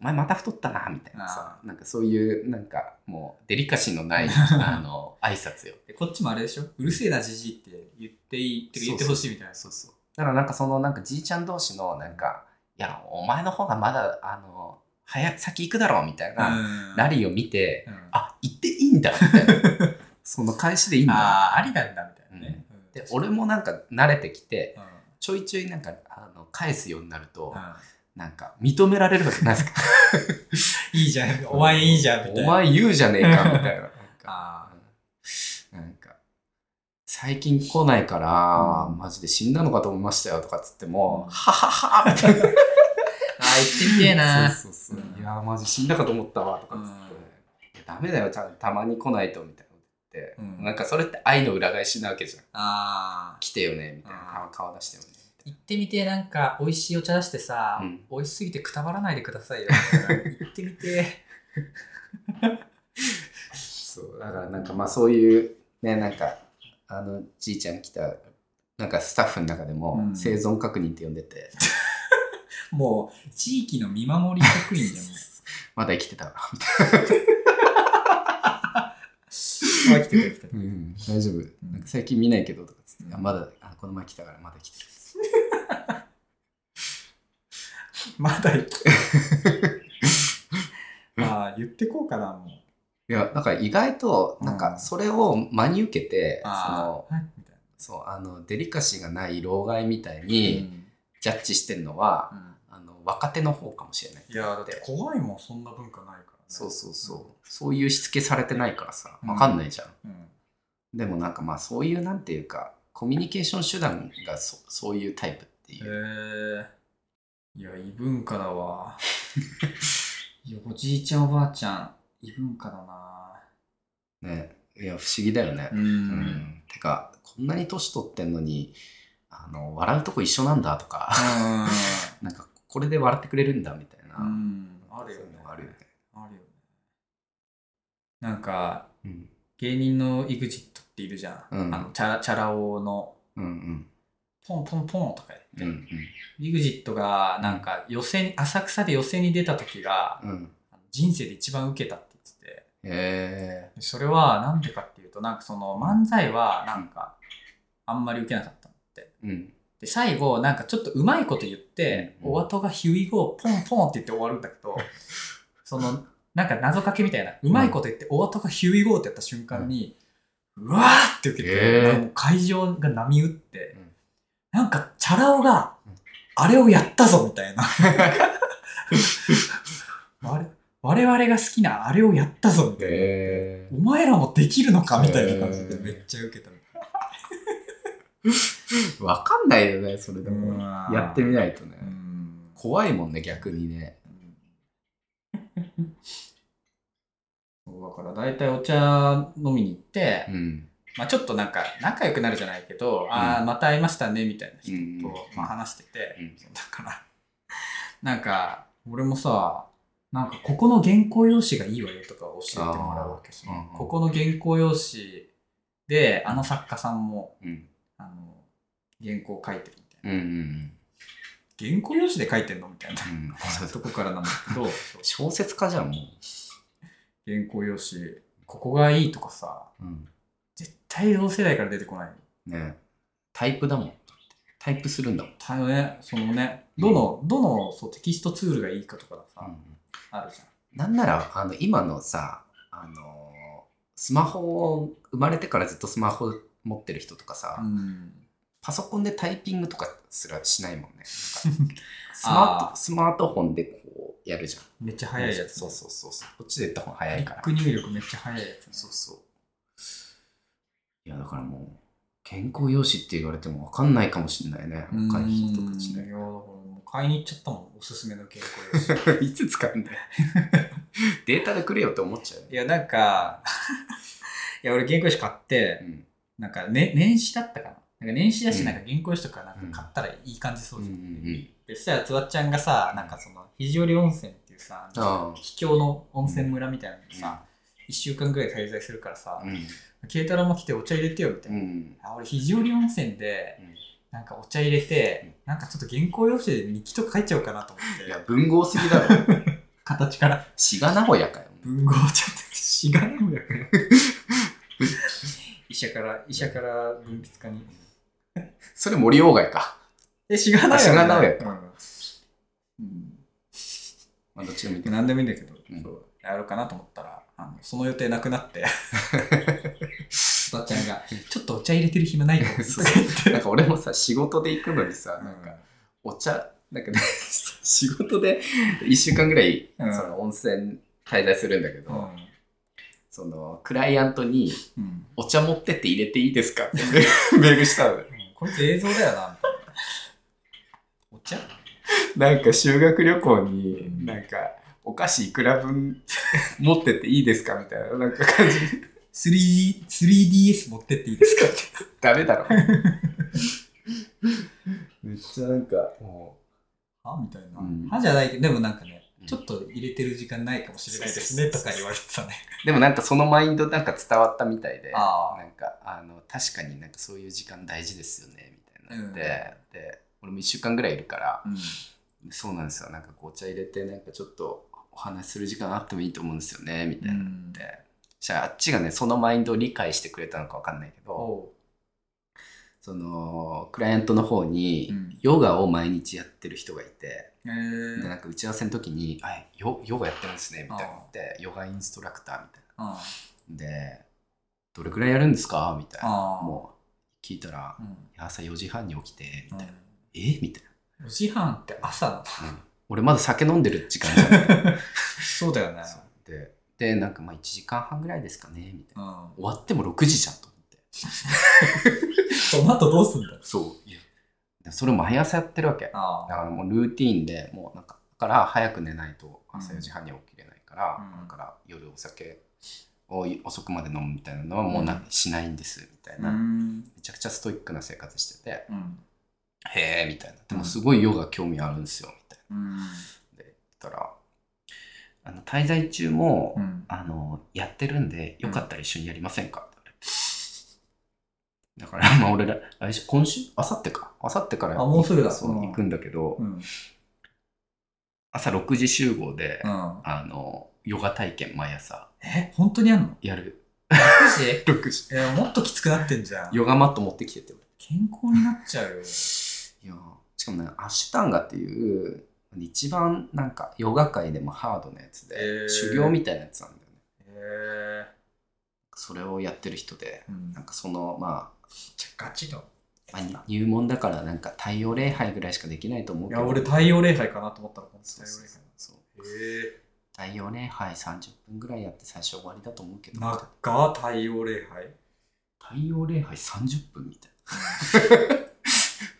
S2: お前また太ったな」みたいなさ
S3: あ
S2: なんかそういうなんかもうデリカシーのない あの挨拶よ
S3: でこっちもあれでしょうるせえなじじいって言っていいってか言ってほしいみたいな。
S2: そうそう。だからなんかそのなんかじいちゃん同士のなんか、いや、お前の方がまだ、あの、早、先行くだろうみたいな、
S3: うん
S2: ラリーを見て、
S3: うんあ
S2: あ、行っていいんだみたいな。 その返しでいいんだ。
S3: あ、ありなんだみたいなね。うん
S2: で、俺もなんか慣れてきて、
S3: うん
S2: ちょいちょいなんか、あの、返すようになると、
S3: う
S2: なんか、認められるわけないです か。
S3: んいいじゃん、お前いいじゃん、みたいな。
S2: お前言うじゃねえか、み たいな。
S3: ああ
S2: なんか、最近来ないから、
S3: うん
S2: マジで死んだのかと思いましたよとかっつっても、
S3: うん
S2: はははみたいな。
S3: ああ、言ってみてえな。
S2: そうそうそう、
S3: うん
S2: いやーマジ死んだかと思ったわとかっつって、
S3: うん
S2: いやダメだよちゃんたまに来ないとみたいなこと言って、
S3: うん
S2: なんかそれって愛の裏返しなわけじゃん
S3: ああ、
S2: 来てよねみたいな
S3: うん、
S2: 顔顔出してよね
S3: 行ってみてえ、なんか美味しいお茶出してさ、
S2: うん
S3: 美味しすぎてくたばらないでくだ さいよ。みたいな行ってみてえ。
S2: そうだからなんかまあそういうねなんかあのじいちゃん来たなんかスタッフの中でも、
S3: うん
S2: 生存確認って呼んで て
S3: もう、地域の見守り職員じゃん、もう。
S2: まだ生きてたわ、
S3: あ来てくれ来てくれ
S2: うん、大丈夫なんか最近見ないけどとかっつって、あまだあこの前来たからまだ来てる
S3: まだ生きてる。ああ、言ってこうかな、もう。
S2: いやだから意外となん
S3: う
S2: か
S3: ん
S2: それを真に受けて、その
S3: ああ、はい、みたい
S2: そうあのデリカシーがない老害みたい
S3: な
S2: に。ジャッジしてるのは、
S3: うん
S2: あの若手の方かもしれない
S3: いやだって怖いもん、そんな文化ないから、ね。
S2: そうそうそう、そういうしつけされてないからさ
S3: うん
S2: わかんないじゃん、
S3: うん。
S2: でもなんかまあそういうなんていうかコミュニケーション手段がそそういうタイプっていう、
S3: へえいや、異文化だわ。いや、おじいちゃん、おばあちゃん、異文化だな。
S2: ねいや不思議だよね、
S3: うん。
S2: うんてかこんなに年取ってんのにあの笑うとこ一緒なんだとかなんかこれで笑ってくれるんだみたいな、
S3: うん。うん。あるよ
S2: そういう
S3: ね
S2: の。があるよね、
S3: あるよね。なんか、
S2: うん、
S3: 芸人の EXIT っているじゃん。
S2: うん
S3: あのチャラチャラ男の
S2: うんうん
S3: ポンポンポンとか
S2: う
S3: 言って、
S2: ん
S3: EXIT がなんか予選浅草で予選に出た時が
S2: うんうん
S3: 人生で一番受けたって言ってて
S2: へえ
S3: でそれはなんでかっていうとなんかその漫才はなんかあんまり受けなかったんだって
S2: うん
S3: で最後なんかちょっとうまいこと言って、
S2: うん
S3: お後がヒュイゴーポンポンって言って終わるんだけどそのなんか謎かけみたいなうまいこと言って、お後がヒュイゴーってやった瞬間に、うわーって受けて、
S2: へー
S3: なんかもう会場が波打って、
S2: うん
S3: なんかチャラ男が
S2: うん
S3: あれをやったぞみた いな我我々が好きなあれをやったぞみたいな、
S2: へ
S3: お前らもできるのかみたいな感じで
S2: へー
S3: めっちゃ受けたみたい
S2: えわかんないよねそれで
S3: な
S2: も
S3: うん
S2: やってみないとね、
S3: うん
S2: 怖いもんね逆にね
S3: そうだから大体お茶飲みに行って、
S2: うん
S3: まあ、ちょっとなんか仲良くなるじゃないけど、ああまた会いましたねみたいな人
S2: うん
S3: と、まあ、話してて、
S2: うん
S3: そうだからなんか俺もさなんかここの原稿用紙がいいわよとか教えてもらうわけですね
S2: あーうんうん
S3: ここの原稿用紙であの作家さんも
S2: うん
S3: あの原稿書いてるみた
S2: う
S3: い
S2: んうん
S3: 原稿用紙で書いてんのみたいな
S2: うんうんそうそ
S3: と
S2: う
S3: こからなんだけ どそう
S2: 小説家じゃんも
S3: 原稿用紙ここがいいとかさ
S2: う、うん、
S3: 絶対同世代から出てこない
S2: ねタイプだもんタイプするんだもん
S3: たねそのねどの、どのそうテキストツールがいいかとかがさ、あるじゃん
S2: なんならあの今のさあのスマホを生まれてからずっとスマホ持ってる人とかさ、
S3: うん、
S2: パソコンでタイピングとかすらしないもんね なんかスマー
S3: あ
S2: トスマートフォンでこうやるじゃん
S3: めっちゃ早いやつ
S2: そうそうそうそうこっちでやった方が早い
S3: クリ
S2: か
S3: ッ
S2: ら
S3: ク入力めっちゃ早いやつ
S2: そうそういやだからもう健康用紙って言われても分かんないかもしれないね若い人たち
S3: い
S2: ね
S3: やだからもう買いに行っちゃったもんおすすめの原稿 用紙
S2: いつ使うんだよ データでくれよって思っちゃうよ
S3: いやなん かいや俺原稿用紙買って、
S2: うん
S3: なんか、ね、年始だったかななんか年始だ
S2: う
S3: し
S2: ん
S3: なんか原稿用紙とかなんか買ったらいい感じそう
S2: うんう
S3: じゃん、
S2: ん
S3: でそしたらつわっちゃんがさなんかその肘折温泉っていうさなんか
S2: あ
S3: 秘境の温泉村みたいなのにさ、1週間ぐらい滞在するからさ
S2: あ、うん
S3: 慶太郎も来てお茶入れてよみたいな、
S2: うん
S3: あ俺肘折温泉で
S2: うん
S3: なんかお茶入れて、なんかちょっと原稿用紙で日記とか書いちゃおうかなと思っ
S2: いや
S3: て
S2: 文豪すぎだろ
S3: 形から
S2: 志賀名古屋かよ
S3: 文豪ちゃってしがねもや から医者から医者から文筆家に
S2: それ森鴎外か、
S3: えしがな
S2: あ志賀直哉
S3: か、うん
S2: まあ、どっちでもいいけど
S3: 何でもいいんだけど、
S2: うん
S3: そうやろうかなと思ったらあのその予定なくなって おばちゃんが「ちょっとお茶入れてる暇ないよ」と か
S2: そう
S3: 言って
S2: なんか俺もさ仕事で行くのにさなんかお茶なんかね 仕事で1週間ぐらい、
S3: うん
S2: その温泉滞在するんだけど、
S3: うん
S2: そのクライアントに
S3: うん
S2: 「お茶持ってって入れていいですか?」って メールしたのよ
S3: こいつ映像だよなみたいなお茶
S2: なんか修学旅行
S3: う
S2: に
S3: ん
S2: なんかお菓子いくら分持ってっていいですかみたいななんか感じ
S3: 3D 3DS 持ってっていいですかって
S2: ダメだろ めっちゃなんかも
S3: はみたいな、
S2: うん
S3: はじゃないけどでもなんかね
S2: うん
S3: ちょっと入れてる時間ないかもしれないですねとか言われてたね
S2: うでもなんかそのマインドなんか伝わったみたいで
S3: あ
S2: なんかあの確かになんかそういう時間大事ですよねみたいになって、で俺も1週間ぐらいいるから、
S3: うん
S2: そうなんですよなんかお茶入れてなんかちょっとお話しする時間あってもいいと思うんですよねみたいなって、そしたらあっちがねそのマインドを理解してくれたのか分かんないけど
S3: おう
S2: そのクライアントの方に、
S3: うん
S2: ヨガを毎日やってる人がいて、
S3: え
S2: で
S3: ー
S2: なんか打ち合わせの時に「あヨヨガやってるんですね」みたいなのってヨガインストラクターみたい
S3: あ
S2: なで「どれくらいやるんですか?」みたいな
S3: ああ
S2: もう聞いたら
S3: う、ん
S2: いや朝4時半に起きて、みた
S3: う
S2: い
S3: ん
S2: な。えみたい
S3: 4時半って朝 なの
S2: な、俺まだ酒飲んでる時間じゃない
S3: そうだよね。
S2: そうで、で、なんかまあ1時間半ぐらいですかねみたいな。
S3: うん、
S2: 終わっても6時じゃんと思って。
S3: その後どうすんだ
S2: そう。いやでそれ毎朝やってるわけ。だ
S3: あ
S2: からもうルーティーンで、もうなんか、だから早く寝ないと朝4時半には起きれないから、
S3: う
S2: だ
S3: ん
S2: から夜お酒を遅くまで飲むみたいなのはもうなんかしないんです、みたいな。
S3: ん。
S2: めちゃくちゃストイックな生活してて、
S3: うん。
S2: へえ、みたいな。でもすごいヨガ興味あるんですよ、みたいな。
S3: うん。
S2: で言ったらあの滞在中も、
S3: うん。
S2: あのやってるんでよかったら一緒にやりませんか、って言われてだから まあ俺ら来週今週あさってかあさってから
S3: あもうすぐだ
S2: そう
S3: うん
S2: 行くんだけど、
S3: うん。
S2: 朝6時集合で、
S3: うん、
S2: あのヨガ体験毎朝
S3: え、本当にやんの
S2: やる
S3: ?6
S2: 6時
S3: 時いや、もっときつくなってんじゃん。
S2: ヨガマット持ってきてて
S3: 健康になっ ちゃうよ。
S2: いやーしかもねアシュタンガっていう一番なんかヨガ界でもハードなやつで、
S3: へー
S2: 修行みたいなやつなんだよね
S3: へ
S2: それをやってる人で
S3: え。うん。
S2: なんかそのまあ
S3: ちゃガチだ。
S2: まあ、に入門だからなんか太陽礼拝ぐらいしかできないと思う
S3: い
S2: けど
S3: や、俺、太陽礼拝かなと思ったら、この
S2: そ
S3: 太
S2: う
S3: 陽
S2: そう
S3: 礼拝。
S2: そう
S3: へ
S2: 太陽礼拝30分ぐらいやって最初終わりだと思うけ
S3: え。
S2: ど
S3: なっか、太陽礼拝。
S2: 太陽礼拝30分みたい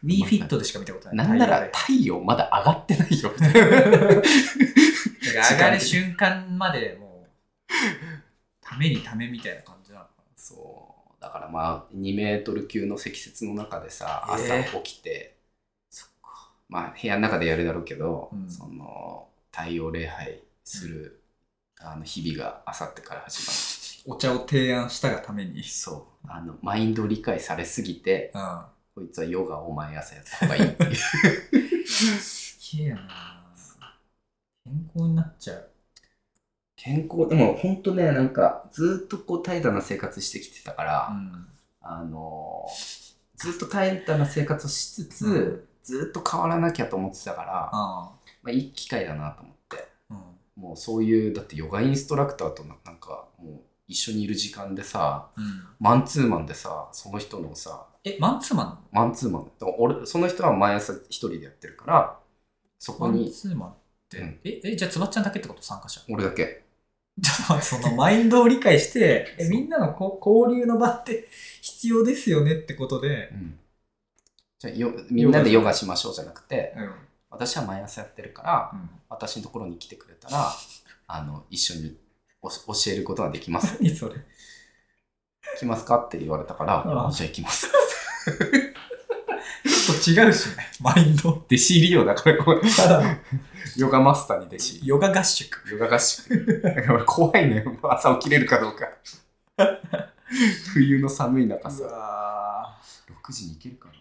S3: w フィットでしか見たこと
S2: な
S3: な。
S2: いなんなら
S3: 太
S2: 太陽まだ上がってない よ
S3: 陽礼拝だから上がる瞬間までもう、ためにためみたいな感じなのかな。
S2: そうだからまあ2メートル級の積雪の中でさ
S3: えー
S2: 朝起きて、まあ部屋の中でやるだろうけど、
S3: うん
S2: その太陽礼拝する、あの日々があさってから始まる
S3: お茶を提案したがために。
S2: そうあのマインドを理解されすぎて
S3: うん。
S2: こいつはヨガを毎朝やった方がいいって いう。
S3: すげえな健康になっちゃう。
S2: 健康、でも本当ね、なんかずっとこう怠惰な生活してきてたから、
S3: うん。
S2: あのーずっと怠惰な生活をしつつ、
S3: うん
S2: ずっと変わらなきゃと思ってたから、
S3: あ
S2: まあ、いい機会だなと思って
S3: あ。
S2: もうそういうだってヨガインストラクターとななんかもう一緒にいる時間でさ
S3: うん。うん。
S2: マンツーマンでさその人のさ
S3: え、マンツーマン
S2: マンツーマンだから俺その人は毎朝一人でやってるからそこ
S3: マン
S2: に
S3: ツーマンって。
S2: うん
S3: え、え、じゃあ、つばっちゃんだけってこと参加者。
S2: 俺だけ
S3: ちょっと 待って、そのマインドを理解して、え
S2: そう
S3: みんなのこ交流の場って必要ですよねってことで、
S2: じゃあよみんなでヨガしましょうじゃなくて
S3: うん。
S2: 私は毎朝やってるから私のところに来てくれたらあの一緒にお教えることができます
S3: 何それ。
S2: 行きますかって言われたから、
S3: ああ
S2: じゃあ行きます。
S3: ちょっと違うしね、マインド。
S2: 弟子入りようだから、これ
S3: ただの
S2: ヨガマスターに弟子。
S3: ヨガ合宿。
S2: ヨガ合宿。だから俺怖いね、朝起きれるかどうか。冬の寒い中さ、
S3: わ
S2: 6時に行けるかな。